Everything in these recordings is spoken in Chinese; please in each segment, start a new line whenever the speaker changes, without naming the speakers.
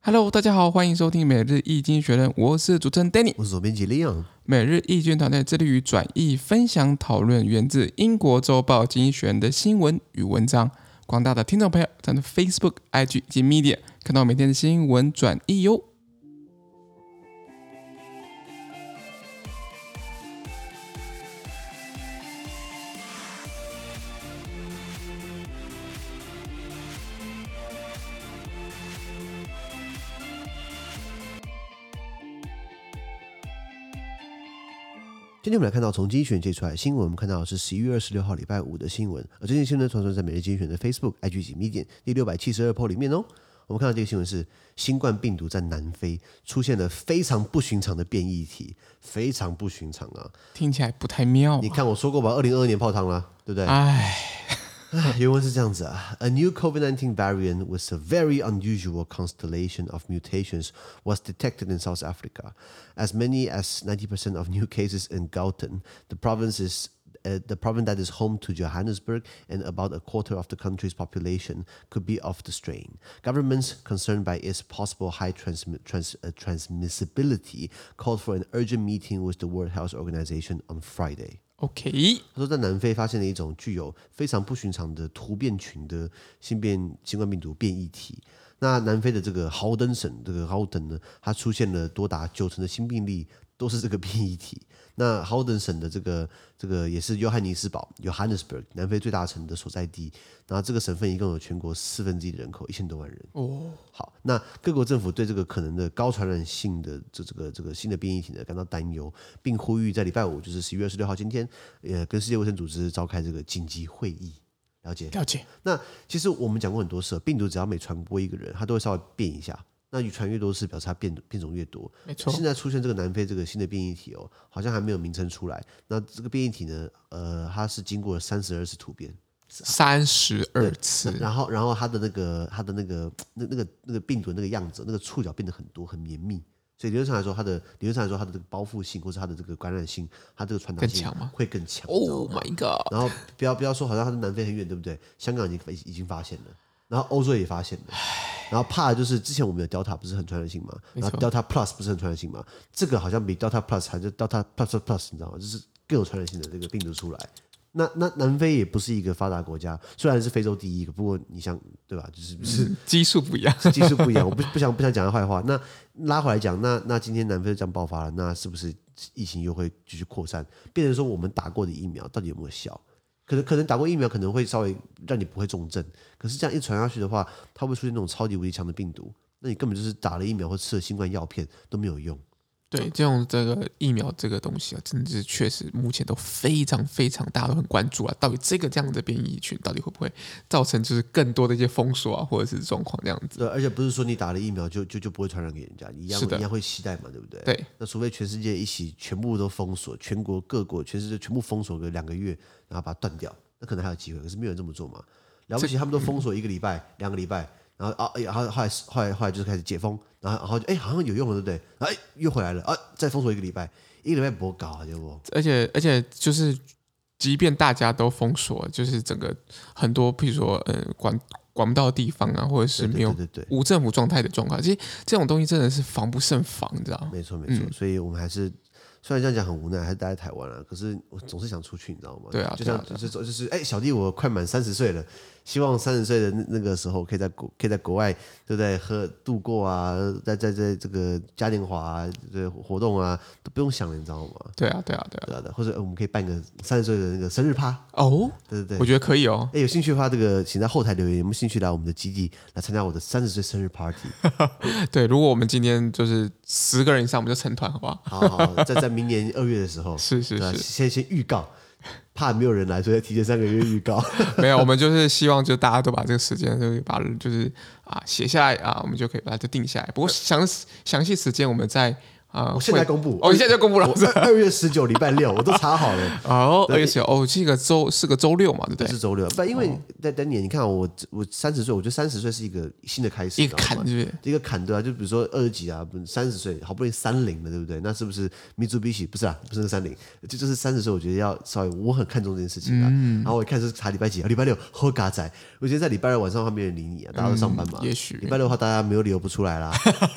Hello，大家好，欢迎收听每日易经学人，我是主持人 Danny。
我是总编辑 Leon。
每日易经团队致力于转译、分享、讨论源自英国周报《经济学人》的新闻与文章。广大的听众朋友，咱的 Facebook、IG 及 Media 看到每天的新闻转译哟。
今天我们来看到从精选界出来的新闻，我们看到的是十一月二十六号礼拜五的新闻，而这件新闻传传在每日精选的 Facebook、IG 及 Medium 第六百七十二 p 里面哦。我们看到这个新闻是新冠病毒在南非出现了非常不寻常的变异体，非常不寻常啊！
听起来不太妙
你看我说过吧，二零二二年泡汤啦，对不对？
哎，
唉原文是这样子啊：A new COVID-19 variant with a very unusual constellation of mutations was detected in South Africa. As many as 90% of new cases in Gauteng, the province is uh, the province that is home to Johannesburg and about a quarter of the country's population could be of the strain. Governments concerned by its possible high transmi- trans- uh, transmissibility called for an urgent meeting with the World Health Organization on Friday.
，OK，
他说，在南非发现了一种具有非常不寻常的突变群的新变新冠病毒变异体。那南非的这个豪登省，这个豪登呢，它出现了多达九成的新病例都是这个变异体。那豪登省的这个这个也是约翰尼斯堡 （Johannesburg） 南非最大城的所在地。那这个省份一共有全国四分之一的人口，一千多万人。
哦，
好，那各国政府对这个可能的高传染性的这这个这个新的变异体呢感到担忧，并呼吁在礼拜五，就是十一月二十六号今天，呃，跟世界卫生组织召开这个紧急会议。了解。
了解，
那其实我们讲过很多次了，病毒只要每传播一个人，它都会稍微变一下。那越传越多次，表示它变变种越多。
没错
现在出现这个南非这个新的变异体哦，好像还没有名称出来。那这个变异体呢，呃，它是经过了三十二次突变，
三十二 次，
然后，然后它的那个它的那个那那个那个病毒的那个样子，那个触角变得很多很绵密，所以理论上来说，它的理论上来说，它的这个包覆性或是它的这个感染性，它这个传达
更
性
强吗
会更强。
，Oh my God，
然后不要不要说，好像它的南非很远，对不对？香港已经已经发现了，然后欧洲也发现了，然后怕的就是之前我们的 Delta 不是很传染性嘛，然后 Delta Plus 不是很传染性嘛，这个好像比 Delta Plus 还是 Delta Plus Plus，你知道吗？就是更有传染性的这个病毒出来。那那南非也不是一个发达国家，虽然是非洲第一个，不过你想对吧？就是是
基数不一样，
技术不一样， 我不不想不想讲他坏话。那拉回来讲，那那今天南非这样爆发了，那是不是疫情又会继续扩散？变成说我们打过的疫苗到底有没有效？可能可能打过疫苗可能会稍微让你不会重症，可是这样一传下去的话，它会出现那种超级无敌强的病毒，那你根本就是打了疫苗或吃了新冠药片都没有用。嗯
对，这种这个疫苗这个东西啊，真的是确实目前都非常非常大家都很关注啊，到底这个这样的变异群到底会不会造成就是更多的一些封锁啊，或者是状况这样子？
对，而且不是说你打了疫苗就就就不会传染给人家，你一样
是的
一样会携带嘛，对不对？
对。
那除非全世界一起全部都封锁，全国各国全世界全部封锁个两个月，然后把它断掉，那可能还有机会。可是没有人这么做嘛？了不起，他们都封锁一个礼拜、两个礼拜，然后啊，哎，然后后来后来后来就是开始解封，然后然后就哎好像有用了，对不对？哎，又回来了，啊，再封锁一个礼拜，一个礼拜不搞啊，结果
而且而且就是，即便大家都封锁，就是整个很多，譬如说，呃，管管不到的地方啊，或者是
对
没有
对对对对，
无政府状态的状况，其实这种东西真的是防不胜防，你知道吗？
没错没
嗯
错。所以我们还是虽然这样讲很无奈，还是待在台湾啊。可是我总是想出去，你知道吗？
对啊
就
对
像
啊对啊
就是就是哎，小弟我快满三十岁了，希望三十岁的那那个时候可以在国可以在国外对不对和度过啊，在在在这个嘉年华啊，对活动啊都不用想了，你知道吗？
对啊，对啊，对啊。
对啊，对或者呃我们可以办个三十岁的那个生日趴，
哦，
对对
我
对。
觉得可以哦。
哎，有兴趣的话，这个请在后台留言。有没有兴趣来我们的基地来参加我的三十岁生日 party？
对，如果我们今天就是十个人以上，我们就成团，好不好？
好好，好在在明年二月的时候，
是是
对啊，
是，
先先预告，怕没有人来，所以要提前三个月预 告。
没有，我们就是希望就大家都把这个时间就是把就是啊写下来啊，我们就可以把它就定下来。不过详详细时间我们在啊，
我现在
会
公布
哦，你现在就公布了
我，二二月十九礼拜六，我都查好了。
哦，而且哦，这个周是个周六 嘛，对哦不
这
对？
是周六，不，因为在当年，你看我我三十岁，我觉得三十岁是一个新的开始，
一个坎，
你知道吗
对不对？
一个坎对啊，就比如说二十几啊，三十岁，好不容易三零了，对不对？那是不是 Mitsubishi 不是啊，不是三零，就就是三十岁，我觉得要稍微我很看重这件事情啊。
嗯
然后我一看是查礼拜几，啊，礼拜六喝嘎仔，我觉得在礼拜六晚上的话没人理你啊，大家都上班嘛。
嗯也许
礼拜六的话，大家没有理由不出 来啦，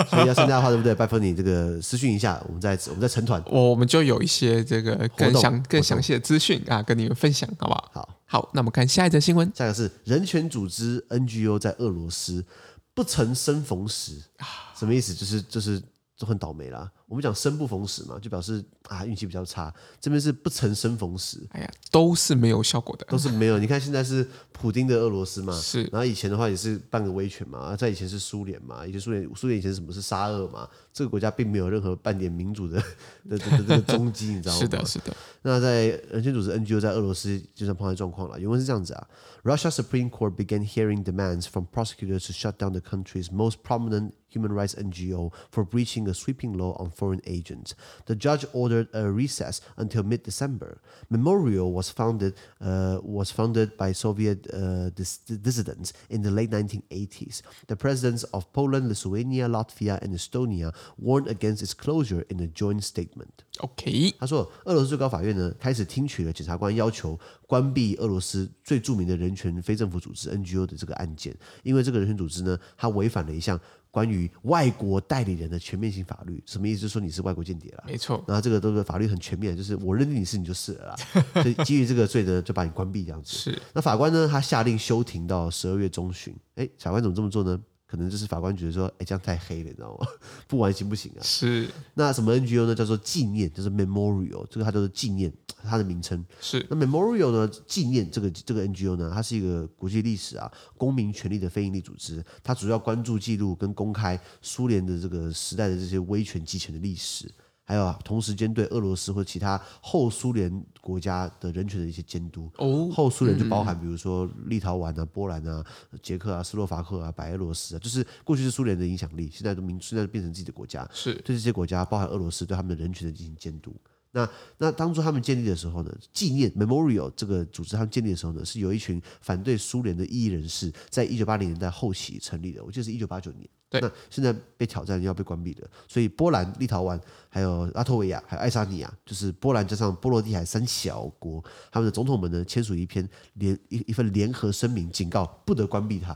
所以要参加的话，对不对？拜托你这个私讯一下，我们再我们再成团。
我我们就有一些这个更
动
详
活动
更详细的资讯啊，跟你们分享，好不好？
好，
好，那我们看下一则新闻
下一个是人权组织 NGO 在俄罗斯不曾生逢时，
啊
什么意思？就是就是都很倒霉啦。我们讲生不逢时嘛，就表示啊运气比较差。这边是不曾生逢时，
哎呀，都是没有效果的，
都是没有。你看现在是普丁的俄罗斯嘛，
是
然后以前的话也是半个威权嘛，啊在以前是苏联嘛，以前苏联苏联以前是什么是沙俄嘛，这个国家并没有任何半点民主的 的的的这个踪迹，你知道吗？
是的，是的，
那在人权组织 NGO 在俄罗斯经常碰到状况了。原文是这样子啊：Russia Supreme Court began hearing demands from prosecutors to shut down the country's most prominent human rights NGO for breaching a sweeping law on foreign agents. The judge ordered a recess until mid-December. Memorial was founded uh, was founded by Soviet uh, dis- dissidents in the late 1980s. The presidents of Poland, Lithuania, Latvia, and Estonia warned against its closure in a joint statement.
OK，
他说，俄罗斯最高法院呢开始听取了检察官要求关闭俄罗斯最著名的人权非政府组织 NGO 的这个案件，因为这个人权组织呢，它违反了一项关于外国代理人的全面性法律，什么意思？就是说你是外国间谍啦。
没错，
然后这个这个法律很全面，就是我认定你是你就是了啦。所 以基于这个罪呢，就把你关闭这样子。
是
那法官呢，他下令休庭到十二月中旬。哎，法官怎么这么做呢？可能就是法官觉得说，哎，这样太黑了，你知道吗？ 不玩行不行啊？
是
那什么 NGO 呢？叫做纪念，就是 memorial，这个它就是纪念它的名称。
是
那 memorial 呢？纪念这个这个 NGO 呢，它是一个国际历史啊、公民权利的非营利组织，它主要关注记录跟公开苏联的这个时代的这些威权集权的历史，还有、啊、同时间对俄罗斯或其他后苏联国家的人权的一些监督。
哦，
后苏联就包含比如说立陶宛啊、波兰啊、捷克啊、斯洛伐克啊、白俄罗斯啊，就是过去是苏联的影响力，现在都民现在变成自己的国家，
是
对这些国家，包含俄罗斯，对他们的人权的进行监督。那那当初他们建立的时候呢，纪念 Memorial 这个组织，他们建立的时候呢，是有一群反对苏联的异议人士，在一九八零年代后期成立的，我记得是一九八九年。
对
那现在被挑战要被关闭了，所以波兰、立陶宛、还有拉脱维亚、还有爱沙尼亚，就是波兰加上波罗的海三小国，他们的总统们呢签署一篇联一一份联合声明，警告不得关闭它。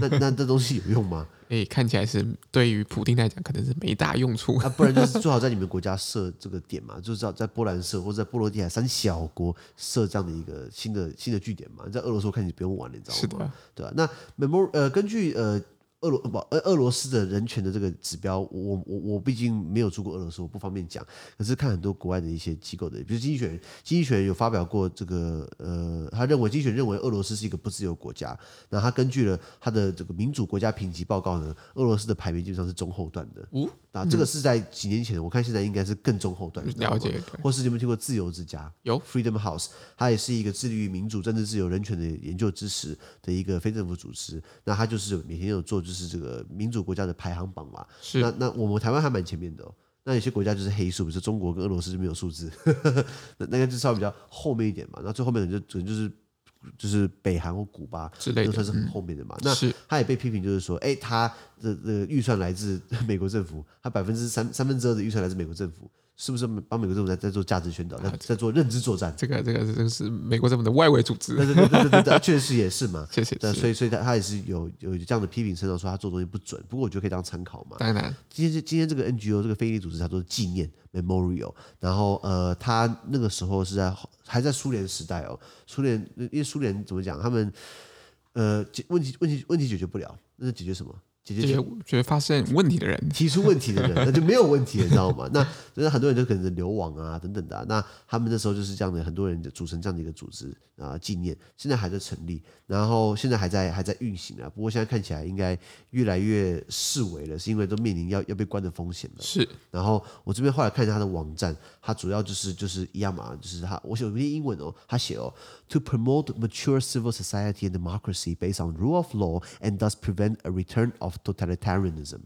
那那这东西有用吗？
哎，看起来是对于普丁来讲可能是没大用处，
啊，不然就是最好在你们国家设这个点嘛， 就是要在波兰设或者在波罗的海三小国设这样的一个新的新的据点嘛。在俄罗斯，我看你不用玩了，你知道吗？
是的，
对吧、那 memor 呃，根据呃俄罗不俄俄罗斯的人权的这个指标，我我我毕竟没有住过俄罗斯，我不方便讲。可是看很多国外的一些机构的，比如经济学人，经济学人有发表过这个呃，他认为经济学人认为俄罗斯是一个不自由国家。那他根据了他的这个民主国家评级报告呢，俄罗斯的排名基本上是中后段的。
哦
那这个是在几年前，我看现在应该是更中后段。你知道吗
了解对
或是你有没有听过自由之家？
有
Freedom House，它也是一个致力于民主、政治自由、人权的研究支持的一个非政府组织。那它就是每天有做就是这个民主国家的排行榜嘛。
是
那那我们台湾还蛮前面的哦。那有些国家就是黑数，比如说中国跟俄罗斯就没有数字， 那那个就稍微比较后面一点嘛。那最后面可能就可能就是就是北韩或古巴
之类的嗯
那算是很后面的嘛。那
是
他也被批评，就是说，哎、他的的预算来自 美国政府，他百分之三三分之二的预算来自美国政府，是不是帮美国政府在在做价值宣导，
啊
在在做认知作战？
这个这个这个是美国政府的外围组织，
对对对对对对对，确实也是嘛。
谢谢，
对，
是
所以所以他他也是有有这样的批评声，说他做东西不准。不过我觉得可以当参考嘛。
当然
今天今天这个 NGO 这个非营利组织，它都是纪念 memorial，然后呃，它那个时候是在还在苏联时代哦，苏联因为苏联怎么讲，他们呃解问题问题问题解决不了，那是解决什么？解决
这些觉得发现问题的人
提出问题的人，那就没有问题了，你知道吗？那那很多人就可能流亡啊等等的啊、那他们那时候就是这样的，很多人就组成这样的一个组织啊、纪念，现在还在成立，然后现在还在还在运行啊。不过现在看起来应该越来越视为了，是因为都面临要要被关的风险了。
是
然后我这边后来看一下他的网站，他主要就是就是一样嘛，就是他我写我念英文哦，他写哦，to promote mature civil society and democracy based on rule of law and thus prevent a return of totalitarianism，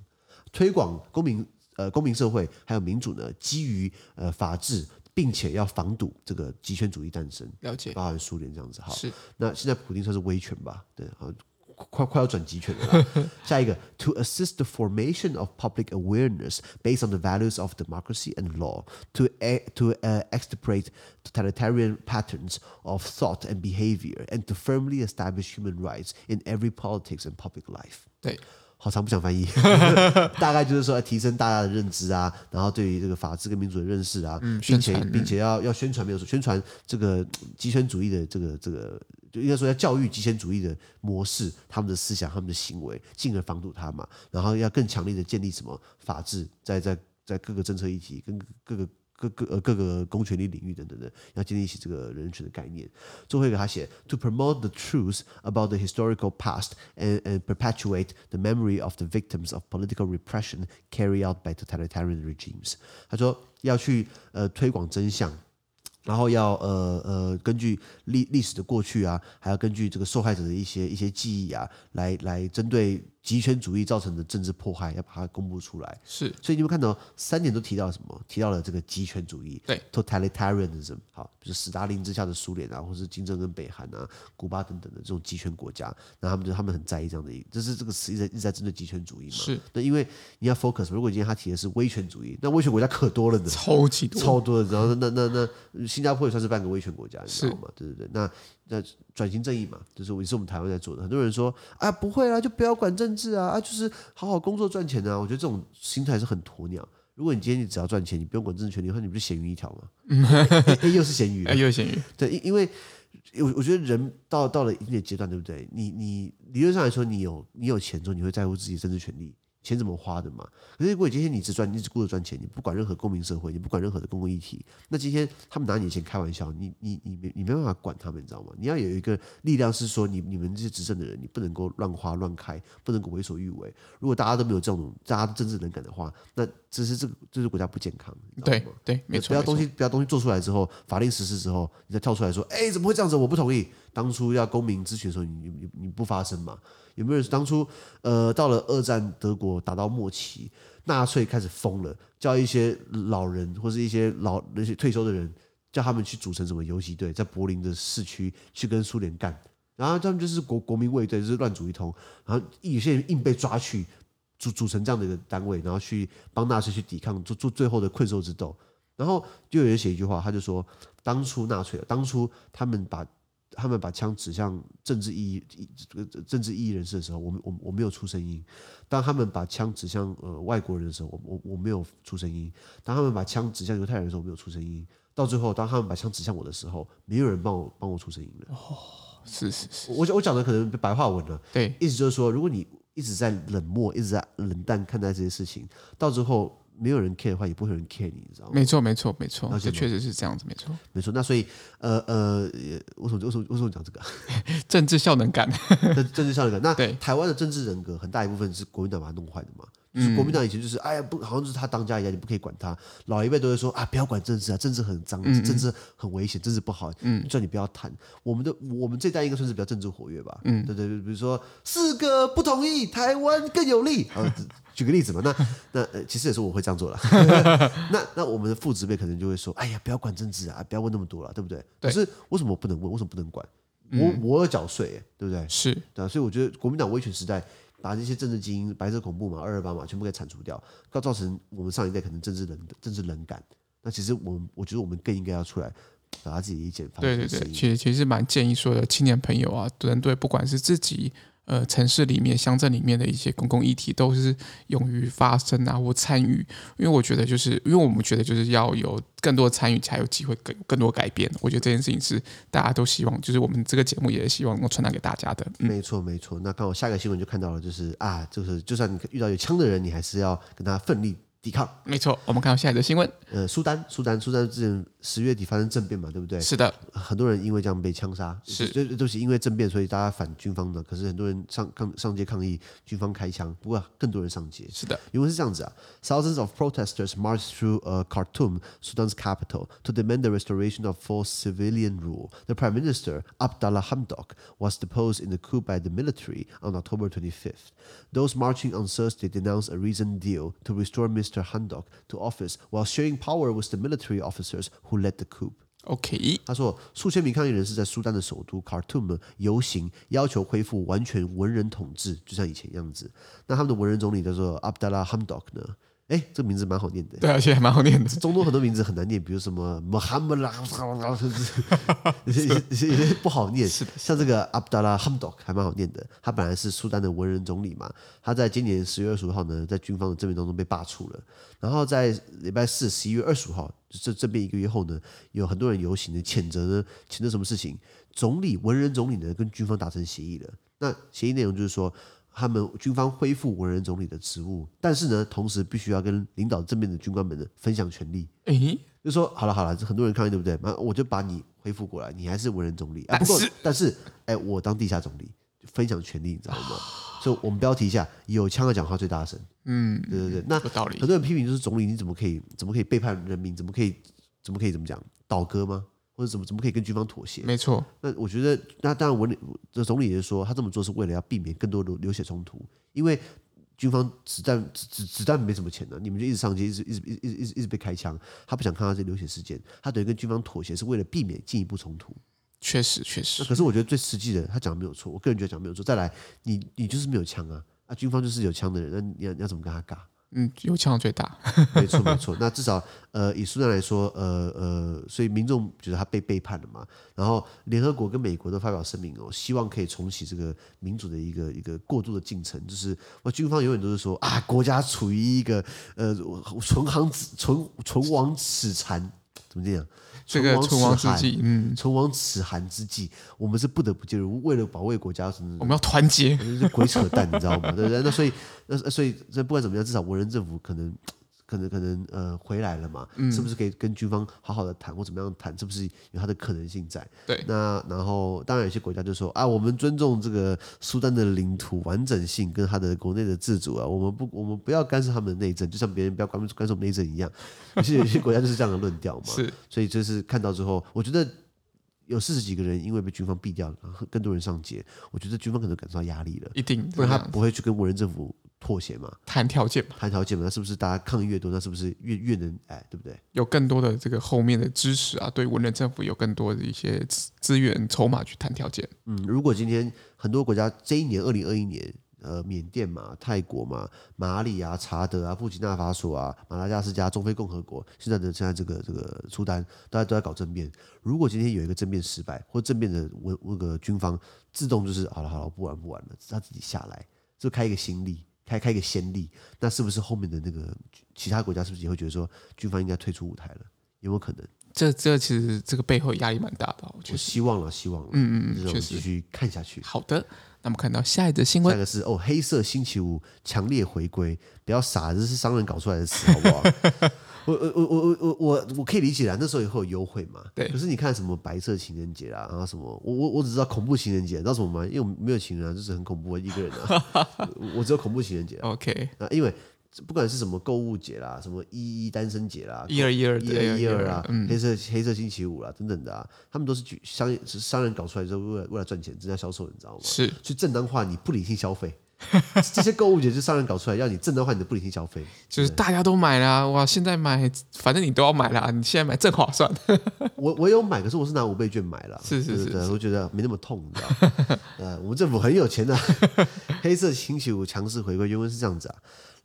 推广公民呃公民社会还有民主呢，基于呃法治，并且要防堵这个极权主义诞生，
了解，
包含苏联这样子。好，
是
那现在普京算是威权吧？对，好，快快要转集权了啦。 下一个，to assist the formation of public awareness based on the values of democracy and law, to e- to uh, extirpate totalitarian patterns of thought and behavior, and to firmly establish human rights in every politics and public life.
对，
好长不 想翻译，大概就是说提升大家的认知啊，然后对于这个法治跟民主的认识啊，并且
嗯宣传
并且要要宣传没有错，宣传这个极权主义的这个这个，就应该说要教育极权主义的模式，他们的思想、他们的行为，进而防堵他嘛，然后要更强力的建立什么法治，在在在各个政策议题跟各个。各各呃各个公权力领域等等等，要建立起这个人权的概念。最后一个他写，to promote the truth about the historical past and and perpetuate the memory of the victims of political repression carried out by totalitarian regimes。他说要去呃推广真相，然后要呃呃根据历历史的过去啊，还要根据这个受害者的一些一些记忆啊，来来针对极权主义造成的政治迫害，要把它公布出来。
是
所以你们看到三点都提到了什么？提到了这个极权主义，
对
，totalitarianism，好，比如斯大林之下的苏联啊，或是金正恩北韩啊、古巴等等的这种极权国家，那他们就他们很在意这样的一，这是这个词一直在一直在针对极权主义嘛？
是，
那因为你要 focus，如果今天他提的是威权主义，那威权国家可多了呢，
超级多，
超多的。然后那那那那新加坡也算是半个威权国家，你知道吗？对对对，那那转型正义嘛，就是也是我们台湾在做的。很多人说啊，不会啦，就不要管政治啊，啊，就是好好工作赚钱啊。我觉得这种心态是很鸵鸟。如果你今天你只要赚钱，你不用管政治权利，那你不是咸鱼一条吗？ 哎哎又是咸鱼了
哎，，又有咸鱼，
对，因因为我我觉得人到到了一定的阶段，对不对？你你理论上来说，你有你有钱之后，你会在乎自己的政治权利，钱怎么花的嘛？可是如果今天你只赚，你只顾着赚钱，你不管任何公民社会，你不管任何的公共议题，那今天他们拿你的钱开玩笑，你你你没你没办法管他们，你知道吗？你要有一个力量是说，你你们这些执政的人，你不能够乱花乱开，不能够为所欲为。如果大家都没有这种大家政治冷感的话，那这是这个这是国家不健康，你知道吗
对对，没错，
不要
没错
东西，不要东西做出来之后，法令实施之后，你再跳出来说，哎，怎么会这样子？我不同意。当初要公民咨询的时候，你你你不发声嘛？有没有人当初呃，到了二战德国打到末期，纳粹开始疯了，叫一些老人或是一些老那些退休的人，叫他们去组成什么游击队，在柏林的市区去跟苏联干。然后他们就是国国民卫队，就是乱组一通，然后有些人硬被抓去组组成这样的一个单位，然后去帮纳粹去抵抗，做做最后的困兽之斗。然后就有人写一句话，他就说，当初纳粹，当初他们把他们把枪指向政治意义意这个政治异议人士的时候，我们我我没有出声音；当他们把枪指向呃外国人的时候，我我我没有出声音；当他们把枪指向犹太人的时候，我没有出声音。到最后，当他们把枪指向我的时候，没有人帮我帮我出声音了。
是是是，
我我讲的可能白话文了，
对，
意思就是说，如果你一直在冷漠、一直在冷淡看待这些事情，到最后没有人 care 的话，也不会有人 care 你，你知道吗？
没错没错没错，
了解
这
吗
确实是这样子，没错，
没错，那所以呃呃，也为什么为什么为什么讲这个啊？
政治效能感，
政政治上的那
对
台湾的政治人格很大一部分是国民党把它弄坏的嘛。就是国民党以前就是，哎呀，不，好像就是他当家一样，你不可以管他。老一辈都会说啊，不要管政治啊，政治很脏，
嗯
政治很危险，政治不好，叫你不要谈。我们的我们这一代应该算是比较政治活跃吧，嗯，对对，对比如说四个不同意，台湾更有利，啊，举 举个例子嘛，那那、呃、其实也是我会这样做了。 那那我们的父职辈可能就会说，哎呀，不要管政治啊，不要问那么多了，对不对？
对嗯
可是为什么我不能问？为什么不能管？我我有缴税耶，对不对？
是
对啊，所以我觉得国民党威权时代把这些政治精英、白色恐怖嘛、二二八嘛，全部给铲除掉，要造成我们上一代可能政治冷政治冷感。那其实我们，我觉得我们更应该要出来表达自己的意见，发
对
出
对
声
对，
音。
其实其实蛮建议说的青年朋友啊，能对不管是自己呃城市里面、乡镇里面的一些公共议题，都是勇于发声啊或参与，因为我觉得就是因为我们觉得就是要有更多参与，才有机会更更多改变。我觉得这件事情是大家都希望，就是我们这个节目也是希望能够传达给大家的。嗯，
没错，没错。那刚好下一个新闻就看到了，就是啊，就是就算你遇到有枪的人，你还是要跟他奋力抵抗。
没错。我们看到下一则新闻，
呃，苏丹，苏丹，苏丹之前十月底发生政变嘛，对不对？
是的，
很多人因为这样被枪杀，
是
就就都是因为政变，所以大家反军方的。可是很多人上抗上街抗议，军方开枪，不过更多人上街。
是的，
因为是这样子啊，thousands of protesters marched through uh, Khartoum, Sudan's capital, to demand the restoration of full civilian rule. The prime minister Abdallah Hamdok was deposed in the coup by the military on October 25th. Those marching on Thursday denounced a recent deal to restore mis- Mr. Handok to office while sharing power with the military officers who led the coup.
OK，
他说，数千名抗议人士在苏丹的首都卡尔图姆游行，要求恢复完全文人统治，就像以前样子。那他们的文人总理叫做 Abdallah Hamdok 呢？哎，这个名字蛮好念的。
对啊，而且还蛮好念的。
中东很多名字很难念，比如什么 Muhammad 啦，有些有些有些不好念。像这个 Abdallah Hamdok 还蛮好念的，他本来是苏丹的文人总理嘛，他在今年十月二十五号呢，在军方的政变当中被罢黜了。然后在礼拜四十一月二十五号，这政变一个月后呢，有很多人游行的谴责呢，谴责什么事情？总理文人总理呢跟军方达成协议了。那协议内容就是说，他们军方恢复文人总理的职务，但是呢，同时必须要跟领导正面的军官们呢分享权利。
诶，
就说好了好了，这很多人抗议对不对？那我就把你恢复过来，你还是文人总理啊。不过但是，哎，我当地下总理，分享权利，你知道吗？所以我们标题一下，有枪的讲话最大声。
嗯，
对对对，那
有道理
很。多人批评就是总理，你怎么可以怎么可以背叛人民？怎么可以怎么可以怎么讲倒戈吗？或者怎么怎么可以跟军方妥协？
没错，
那我觉得，那当然文理这总理也是说，他这么做是为了要避免更多流流血冲突，因为军方子弹子子子弹没什么钱的、你们就一直上街，一直一直一直一直一直被开枪，他不想看到这流血事件，他等于跟军方妥协，是为了避免进一步冲突。
确实确
那
实，
可是我觉得最实际的，他讲的没有错，我个人觉得讲得没有错。再来，你你就是没有枪啊，啊，军方就是有枪的人，那你要你要怎么跟他尬？
嗯，有枪的最大。
没错没错。那至少呃，以苏丹来说，呃呃，所以民众觉得他被背叛了嘛。然后联合国跟美国都发表声明哦，希望可以重启这个民主的一个一个过渡的进程。就是我军方永远都是说啊，国家处于一个呃唇亡齿唇唇亡齿寒，怎么讲？
这个唇亡之
寒
际，嗯，
唇亡齿寒之际，我们是不得不介入，为了保卫国家什么什么
我们要团结。
就是鬼扯淡，你知道吗？对不对？那所以，那所以，这不管怎么样，至少文人政府可能，可能，可能，呃，回来了嘛，是不是可以跟军方好好的谈，或怎么样谈？是不是有它的可能性在？
对
那然后，当然有些国家就说啊，我们尊重这个苏丹的领土完整性跟它的国内的自主啊，我们不，我们不要干涉他们的内政，就像别人不要干干涉我们内政一样。 有些有些国家就是这样的论调嘛。
是，
所以就是看到之后，我觉得有四十几个人因为被军方毙掉，然后更多人上街，我觉得军方可能感受到压力了，
一定，
不然他不会去跟文人政府妥协嘛，
谈条件嘛，
谈条件嘛，那是不是大家抗议越多，那是不是越越能哎，对不对？
有更多的这个后面的支持啊，对文人政府有更多的一些资资源筹码去谈条件。
嗯，如果今天很多国家这一年二零二一年，呃，缅甸嘛、泰国嘛、马里啊、查德啊、布吉纳法索啊、马达加斯加、中非共和国，现在的现在这个这个苏丹，大家都在搞政变。如果今天有一个政变失败，或政变的文那个军方自动就是好了好了，不玩不玩了，他自己下来，就开一个先例，开开一个先例，那是不是后面的那个其他国家是不是也会觉得说军方应该退出舞台了？有没有可能？
这这其实这个背后压力蛮大的、哦，我觉
我
得。
希望了，希望了，嗯嗯，让我
确
们
实
继续看下去。
好的，那么看到下一则新
下
闻
一，个是哦，黑色星期五强烈回归，不要傻，这是商人搞出来的词，好不好？我我我我我我我可以理解啦，那时候也会有优惠嘛。
对
可是你看什么白色情人节啦，然后什么，我我我只知道恐怖情人节，你知道什么吗？因为我没有情人啊，就是很恐怖，我一个人啊。我我只有恐怖情人节啊，
OK，
啊因为不管是什么购物节啦，什么一一单身节啦，
一二一二
一二
对
一二啊，
嗯，
黑色黑色星期五啦，等等的啊，他们都是举商业是商人搞出来之后，为了为了赚钱，增加销售，你知道吗？
是
去正当化你不理性消费，这些购物节就是商人搞出来，要你正当化你的不理性消费。
就是大家都买啦，哇，现在买，反正你都要买啦，你现在买正划 算。
我我有买，可是我是拿五倍券买了，
是是
对对
是
对我觉得没那么痛，你知道吗？呃，我们政府很有钱的、 黑色星期五强势回归，原文是这样子啊。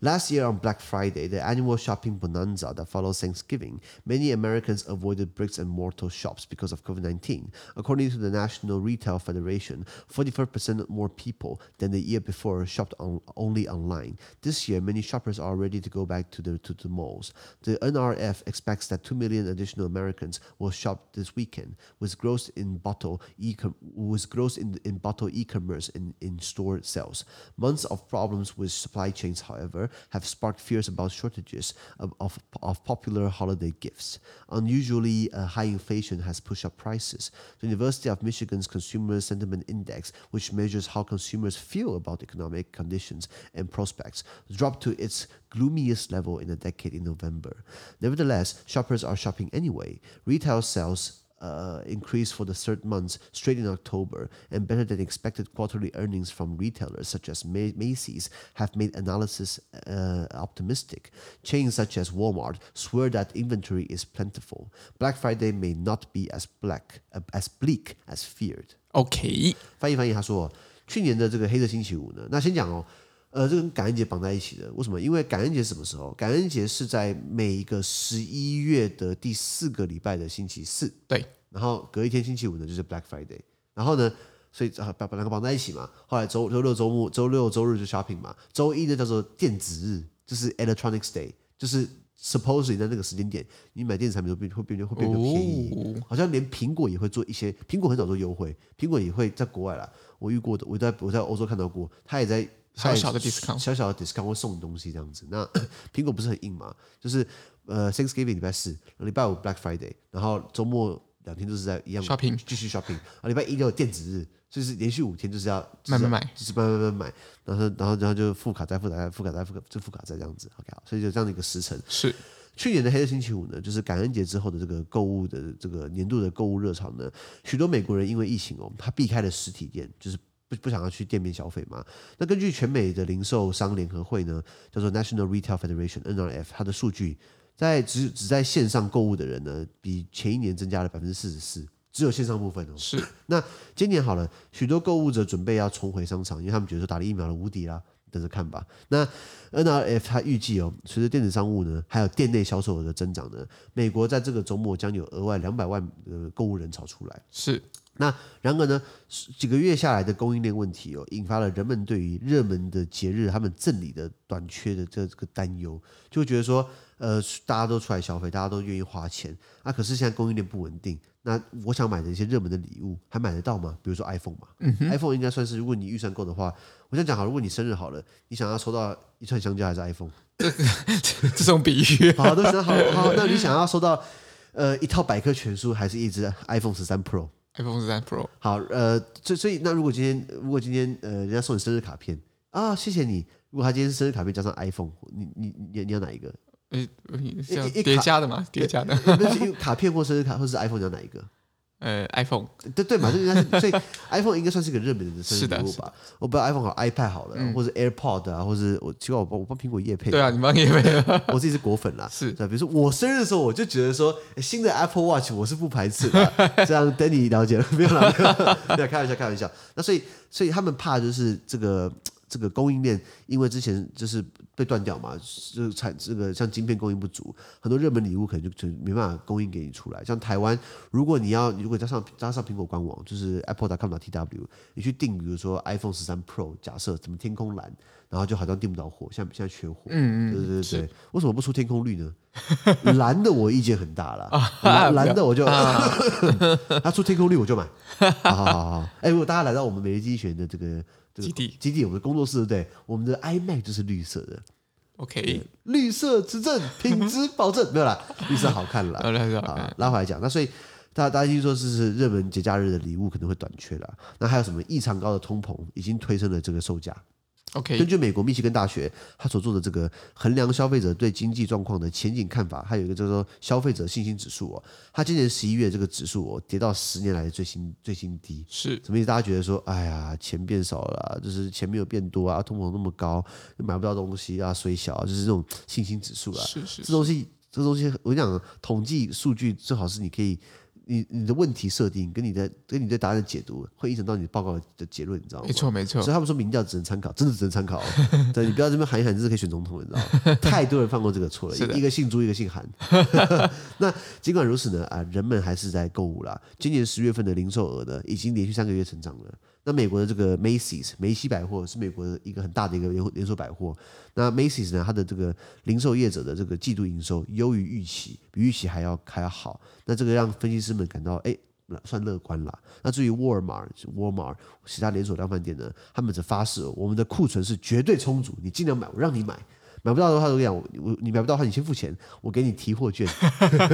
Last year on Black Friday, the annual shopping bonanza that follows Thanksgiving, many Americans avoided bricks and mortar shops because of COVID 19. According to the National Retail Federation, 45% more people than the year before shopped on, only online. This year, many shoppers are ready to go back to the, to the malls. The NRF expects that 2 million additional Americans will shop this weekend, with growth in bottle e with growth in, in bottle e-commerce and in-store sales. Months of problems with supply chains, however, have sparked fears about shortages of, of, of popular holiday gifts. Unusually uh, high inflation has pushed up prices. The University of Michigan's Consumer Sentiment Index, which measures how consumers feel about economic conditions and prospects, dropped to its gloomiest level in a decade in November. Nevertheless, shoppers are shopping anyway. Retail sales uh, increase for the third month straight in October, and better than expected quarterly earnings from retailers such as Ma- Macy's have made analysis uh, optimistic. Chains such as Walmart swear that inventory is plentiful. Black Friday may not be as black uh, as bleak as feared.
OK，
翻译翻译，他说去年的这个黑色星期五呢，那先讲哦，呃，这跟感恩节绑在一起的，为什么？因为感恩节是什么时候？感恩节是在每一个十一月的第四个礼拜的星期四，
对，
然后隔一天星期五呢就是 Black Friday，然后呢，所以啊把把两个绑在一起嘛。后来周周六、周末、周六、周日就 shopping 嘛，周一呢叫做电子日，就是 Electronics Day，就是 supposedly 在那个时间点，你买电子产品都变会变会变得便宜。
哦，
好像连苹果也会做一些，苹果很早做优惠，苹果也会在国外啦，我遇过的，我在我在欧洲看到过，它也在它也
小小的 discount
小小的 discount 会送你东西这样子。那 苹果不是很硬嘛？就是呃 Thanksgiving 礼拜四，礼拜五 Black Friday，然后周末两天都是在一样
Shopping
继续 shopping，啊，礼拜一就有电子日，就是连续五天就是要就是
慢慢
要
买
就是慢慢慢慢买，然后然后然后就付卡再付卡再付卡再付卡就付卡再这样子，OK 好，所以就这样的一个时辰。
是
去年的黑色星期五呢，就是感恩节之后的这个购物的这个年度的购物热潮呢，许多美国人因为疫情哦，他避开了实体店，就是不不想要去店面消费嘛。那根据全美的零售商联合会呢，叫做 National Retail Federation（NRF），它的数据，在只只在线上购物的人呢，比前一年增加了百分之四十四，只有线上部分哦。
是，
那今年好了，许多购物者准备要重回商场，因为他们觉得说打了疫苗了无敌啦，等着看吧。那 NRF 它预计哦，随着电子商务呢，还有店内销售额的增长呢，美国在这个周末将有额外两百万呃购物人潮出来。
是
那然而呢，几个月下来的供应链问题哦，引发了人们对于热门的节日他们赠礼的短缺的这个担忧，就会觉得说，呃，大家都出来消费，大家都愿意花钱，啊，可是现在供应链不稳定，那我想买的一些热门的礼物还买得到吗？比如说 iPhone 嘛、i p h o n e 应该算是如果你预算够的话，我想讲好，如果你生日好了，你想要收到一串香蕉还是 iPhone？
这种比喻，
好，都想好，好，那你想要收到呃一套百科全书还是一只 iPhone 十三 Pro？
iPhone 十三 Pro
好，呃，所以所以那如果今天如果今天呃人家送你生日卡片啊，谢谢你。如果他今天是生日卡片加上 iPhone，你你你你要哪一个？
是要
一一卡
叠加的嘛？叠加的，
不是因为卡片或生日卡，或是 iPhone 你要哪一个？
呃，iPhone
对对嘛，这应该是所以 iPhone 应该算是一个热门的生日
是的嗯
礼物吧？我不知道 iPhone 好 iPad 好了，或者 AirPod 啊，或者我奇怪我帮我帮苹果业配，
对啊，你帮也没了，
我自己是果粉啦，
是
对，比如说我生日的时候，我就觉得说诶新的 Apple Watch 我是不排斥的，啊 这样 Danny 了解了没有啦？ 没有，没有，开玩笑，开玩笑。那所以，所以他们怕就是这个这个供应链，因为之前就是被断掉嘛，就是产这个像晶片供应不足，很多热门礼物可能就就没办法供应给你出来。像台湾，如果你要如果加上加上苹果官网，就是 apple.com.tw，你去订，比如说 iPhone 十三 Pro，假设什么天空蓝，然后就好像订不到货，现在现在缺货，嗯嗯，对对对对，为什么不出天空绿呢？蓝的我意见很大 啦，蓝蓝的我就 他出天空绿我就买，好好好好，哎，如果大家来到我们每日经济学人的这个这个
基地
基地，我们的工作室对不对？我们的 iMac 就是绿色的，
，OK，
绿色执政，品质保证，没有 啦，呃绿色好看啦。
好了好
好
了，，
拉回来讲，那所以大家大家听说是是热门节假日的礼物可能会短缺了，那还有什么异常高的通膨已经推升了这个售价？根
OK，
据美国密西根大学他所做的这个衡量消费者对经济状况的前景看法，还有一个叫做消费者信心指数哦，它今年十一月这个指数哦跌到十年来的最新最新低，
是
什么意思？大家觉得说，哎呀，钱变少了啊、就是钱没有变多啊，通膨那么高，买不到东西啊，水小啊，就是这种信心指数啊，
是是
这东西，这东西，我讲统计数据最好是你可以，你你的问题设定跟你的跟你对答案的解读，会影响到你报告的的结论，你知道吗
没？错没错
所以，他们说民调只能参考，真的只能参 考、哦。对你不要这边喊一喊，这是可以选总统，你知道吗？太多人犯过这个错了，
是的
一一个姓朱，一个 姓韩。那尽管如此呢，啊，人们还是在购物啦。今年十月份的零售额呢，已经连续三个月成长了。那美国的这个 Macy's 梅西百货是美国的一个很大的一个连连锁百货。那 Macy's 呢，它的这个零售业者的这个季度营收优于预期，比预期还要还要好。那这个让分析师们感到，哎，算乐观啦。那至于沃尔玛、沃尔玛其他连锁量贩店呢，他们只发誓哦我们的库存是绝对充足，你尽量买，我让你买。买不到的话，我跟你讲，我我你买不到的话，你先付钱，我给你提货券，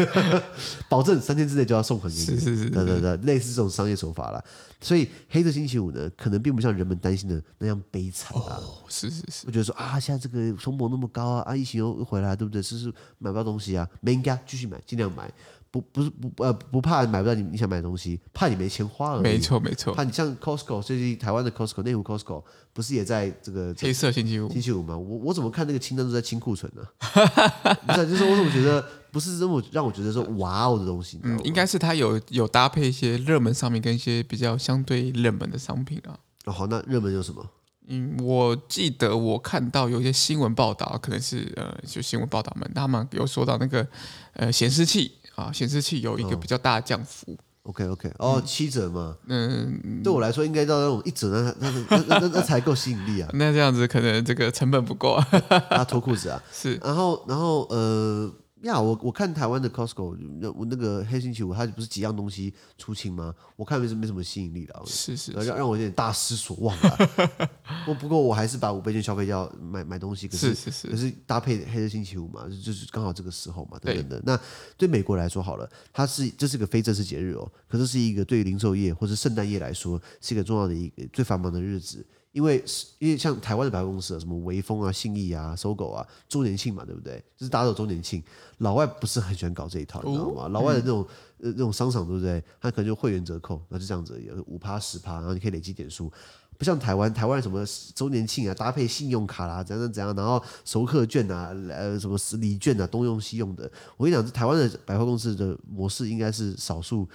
保证三天之内就要送款给你。
是是是
对对对，类似这种商业手法啦。所以黑色星期五呢，可能并不像人们担心的那样悲惨啊。
哦是是是
我觉得说啊，现在这个通膨那么高啊，啊，疫情又回来，对不对？是不是买不到东西啊？没应该继续买，尽量买，不不是不呃不怕买不到你你想买的东西，怕你没钱花而已。
没错没错，
怕你像 Costco 最近台湾的 Costco 内湖 Costco 不是也在这个
黑色星期五
星期五吗？我我怎么看那个清单都在清库存 呢、不是啊、就是我怎么觉得不是这么让我觉得说哇哦的东西，你知道
嗯
吗，
应该是它有有搭配一些热门商品跟一些比较相对冷门的商品啊。
哦好，那热门有什么？
嗯，我记得我看到有一些新闻报道，可能是呃，就新闻报道们，他们有说到那个呃显示器啊，显示器有一
嗯
个比较大的降幅。
OK OK，哦，七折嘛，
嗯，！
对我来说应该到那种一折那 那那那那那才够吸引力啊
那这样子可能这个成本不够啊。
他脱裤子啊，
是，
然后然后呃呀，我我看台湾的 Costco 那我那个黑星期五，它不是几样东西出清吗？我看没什没什么吸引力了，
是是
呃让让我有点大失所望了。 不不过我还是把五倍券消费掉买买东西，可
是是
是
是
可是搭配黑色星期五嘛，就就是刚好这个时候嘛，等
对
等的。那对美国来说好了，它是这是一个非正式节日哦，可是是一个对零售业或者圣诞夜来说是一个重要的一个最繁忙的日子，因为是因为像台湾的百货公司啊，什么微风啊、信义啊、搜狗啊，周年庆嘛，对不对？就是大家都有周年庆，老外不是很喜欢搞这一套，你知道
哦
吗？老外
嗯
的那种、呃那种商场，对不对？他可能就会员折扣，那就这样子，有五趴十趴，然后你可以累积点数。不像台湾，台湾什么周年庆啊，搭配信用卡啦、怎样怎样，然后熟客券啊，呃，什么礼券啊，东用西用的。我跟你讲，这台湾的百货公司的模式应该是少数，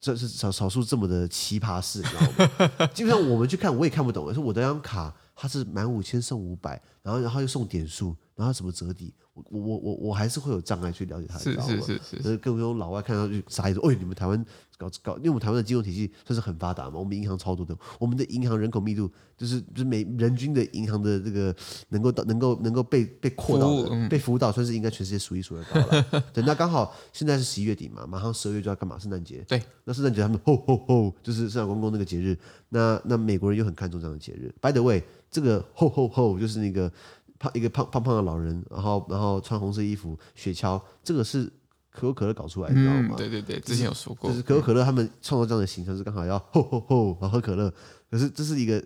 这是少少数这么的奇葩事，你知道吗？基本上我们去看，我也看不懂。说我的那张卡它是满五千送五百，然后然后又送点数，然后什么折抵，我我我我我还是会有障碍去了解它，你
是
知道
是
吗？
是是，
呃，更不用老外看到就傻眼说：“哦，你们台湾搞搞，因为我们台湾的金融体系算是很发达嘛，我们银行超多的，我们的银行人口密度就是就是每人均的银行的这个能够到能够能够被被扩到
服务嗯
的、被服务到，算是应该全世界数一数二高了。对，那刚好现在是十一月底嘛，马上十二月就要干嘛？圣诞节。
对，
那圣诞节他们吼吼吼，就是圣诞公公那个节日，那那美国人又很看重这样的节日。By the way，这个吼吼吼就是那个胖一个胖胖胖的老人，然后然后穿红色衣服雪橇，这个是可口可乐搞出来，你知道
嗯，
吗？
对对对，之前有说过
就，是可口可乐他们创造这样的形象，是刚好要吼吼吼，然后喝可乐。可是这是一个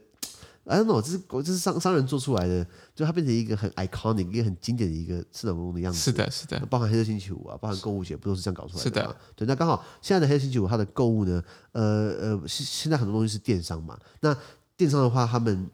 ，I don't know，这是这是商商人做出来的，就它变成一个很 iconic、一个很经典的一个市场公共的样子。
是的是的，
包含黑色星期五啊，包含购物节，不都是这样搞出来
是
的
的
吗？对，那刚好现在的黑色星期五，它的购物呢，呃呃，现现在很多东西是电商嘛，那电商的话，他们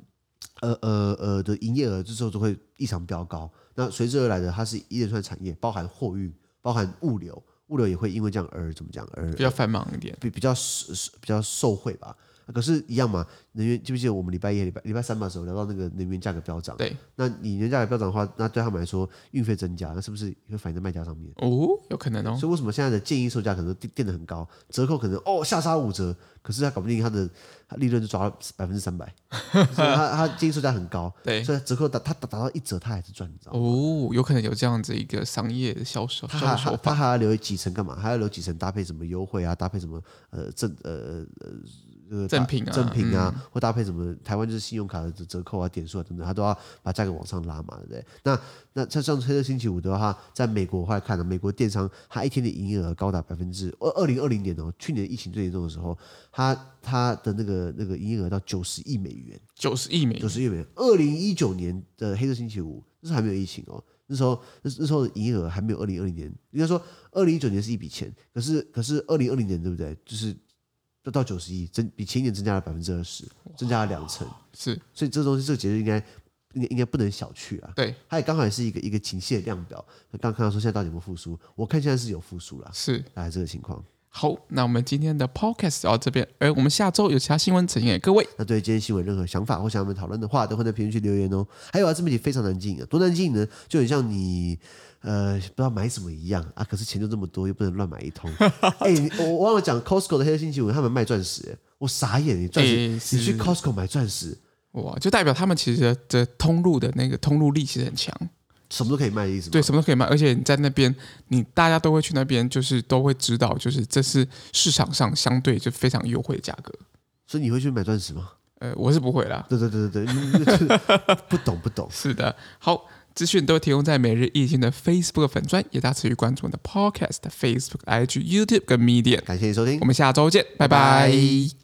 呃呃呃的营业额这时候就会异常飙高。那随之而来的，它是一连串产业，包含货运，包含物流，物流也会因为这样而怎么讲而
比较繁忙一点。
比比较受比较受惠吧。可是，一样嘛，能源记不记得我们礼拜一、礼拜礼拜三嘛的时候聊到那个能源价格飙涨？
对，
那你能源价格飙涨的话，那对他们来说运费增加，那是不是会反映在卖家上面？
哦，有可能哦。
所以为什么现在的建议售价可能定定的很高，折扣可能哦下杀五折，可是他搞不定他的他利润就抓百分之三百，所以他他建议售价很高，
对，
所以折扣打他打打到一折他还是赚，你知道吗？
哦，有可能有这样子一个商业的销售
他
销
还
售
他
法
他。还要留几层干嘛？还要留几层搭配什么优惠啊？搭配什么呃赠呃呃呃
赠
搭
品啊
赠品啊，或搭配什么台湾就是信用卡的折扣啊、点数啊等等，他都要把价格往上拉嘛，对不对？那那像像黑色星期五的话，在美国我后来看了，啊美国电商它一天的营业额高达百分之二二零二零年哦，去年疫情最严重的时候，它它的那个那个营业额到九十亿美元。
九十亿美
九
元，
十亿美元。二零一九年的黑色星期五，那时候还没有疫情哦，那时候那那时候的营业额还没有二零二零年，应该说二零一九年是一笔钱，可是可是二零二零年对不对？就是都到九十亿，增比前一年增加了百分之二十，增加了两成，
是
所以这东西这个节日应该应该应该不能小觑啊。
对，
它也刚好也是一个一个景气的量表，刚看到说现在到底有没有复苏，我看现在是有复苏啦，
是。
大概这个情况。
好，那我们今天的 podcast 到这边，而我们下周有其他新闻呈现给各位。
那对今天新闻有任何想法或想要我们讨论的话，都会在评论区留言哦。还有啊，自媒体非常难经营、啊，多难经营呢？就很像你呃不知道买什么一样啊，可是钱就这么多，又不能乱买一通。哎、你我我忘了讲 Costco 的黑色星期五，他们卖钻石，我傻眼，你钻石，
哎是
你去 Costco 买钻石，
哇，就代表他们其实的的通路的那个通路力其实很强，
什么都可以卖的意思吗？
对，什么都可以卖，而且你在那边，你大家都会去那边，就是都会知道，就是这是市场上相对就非常优惠的价格。
所以你会去买钻石吗？
呃，我是不会啦，
对对对对对你，你就是不懂不懂。
是的，好，资讯都提供在每日易经的 Facebook 粉专，也大家持续关注我们的 Podcast、Facebook、IG、YouTube 跟 Medium。
感谢你收听
我，们下周见，拜拜
拜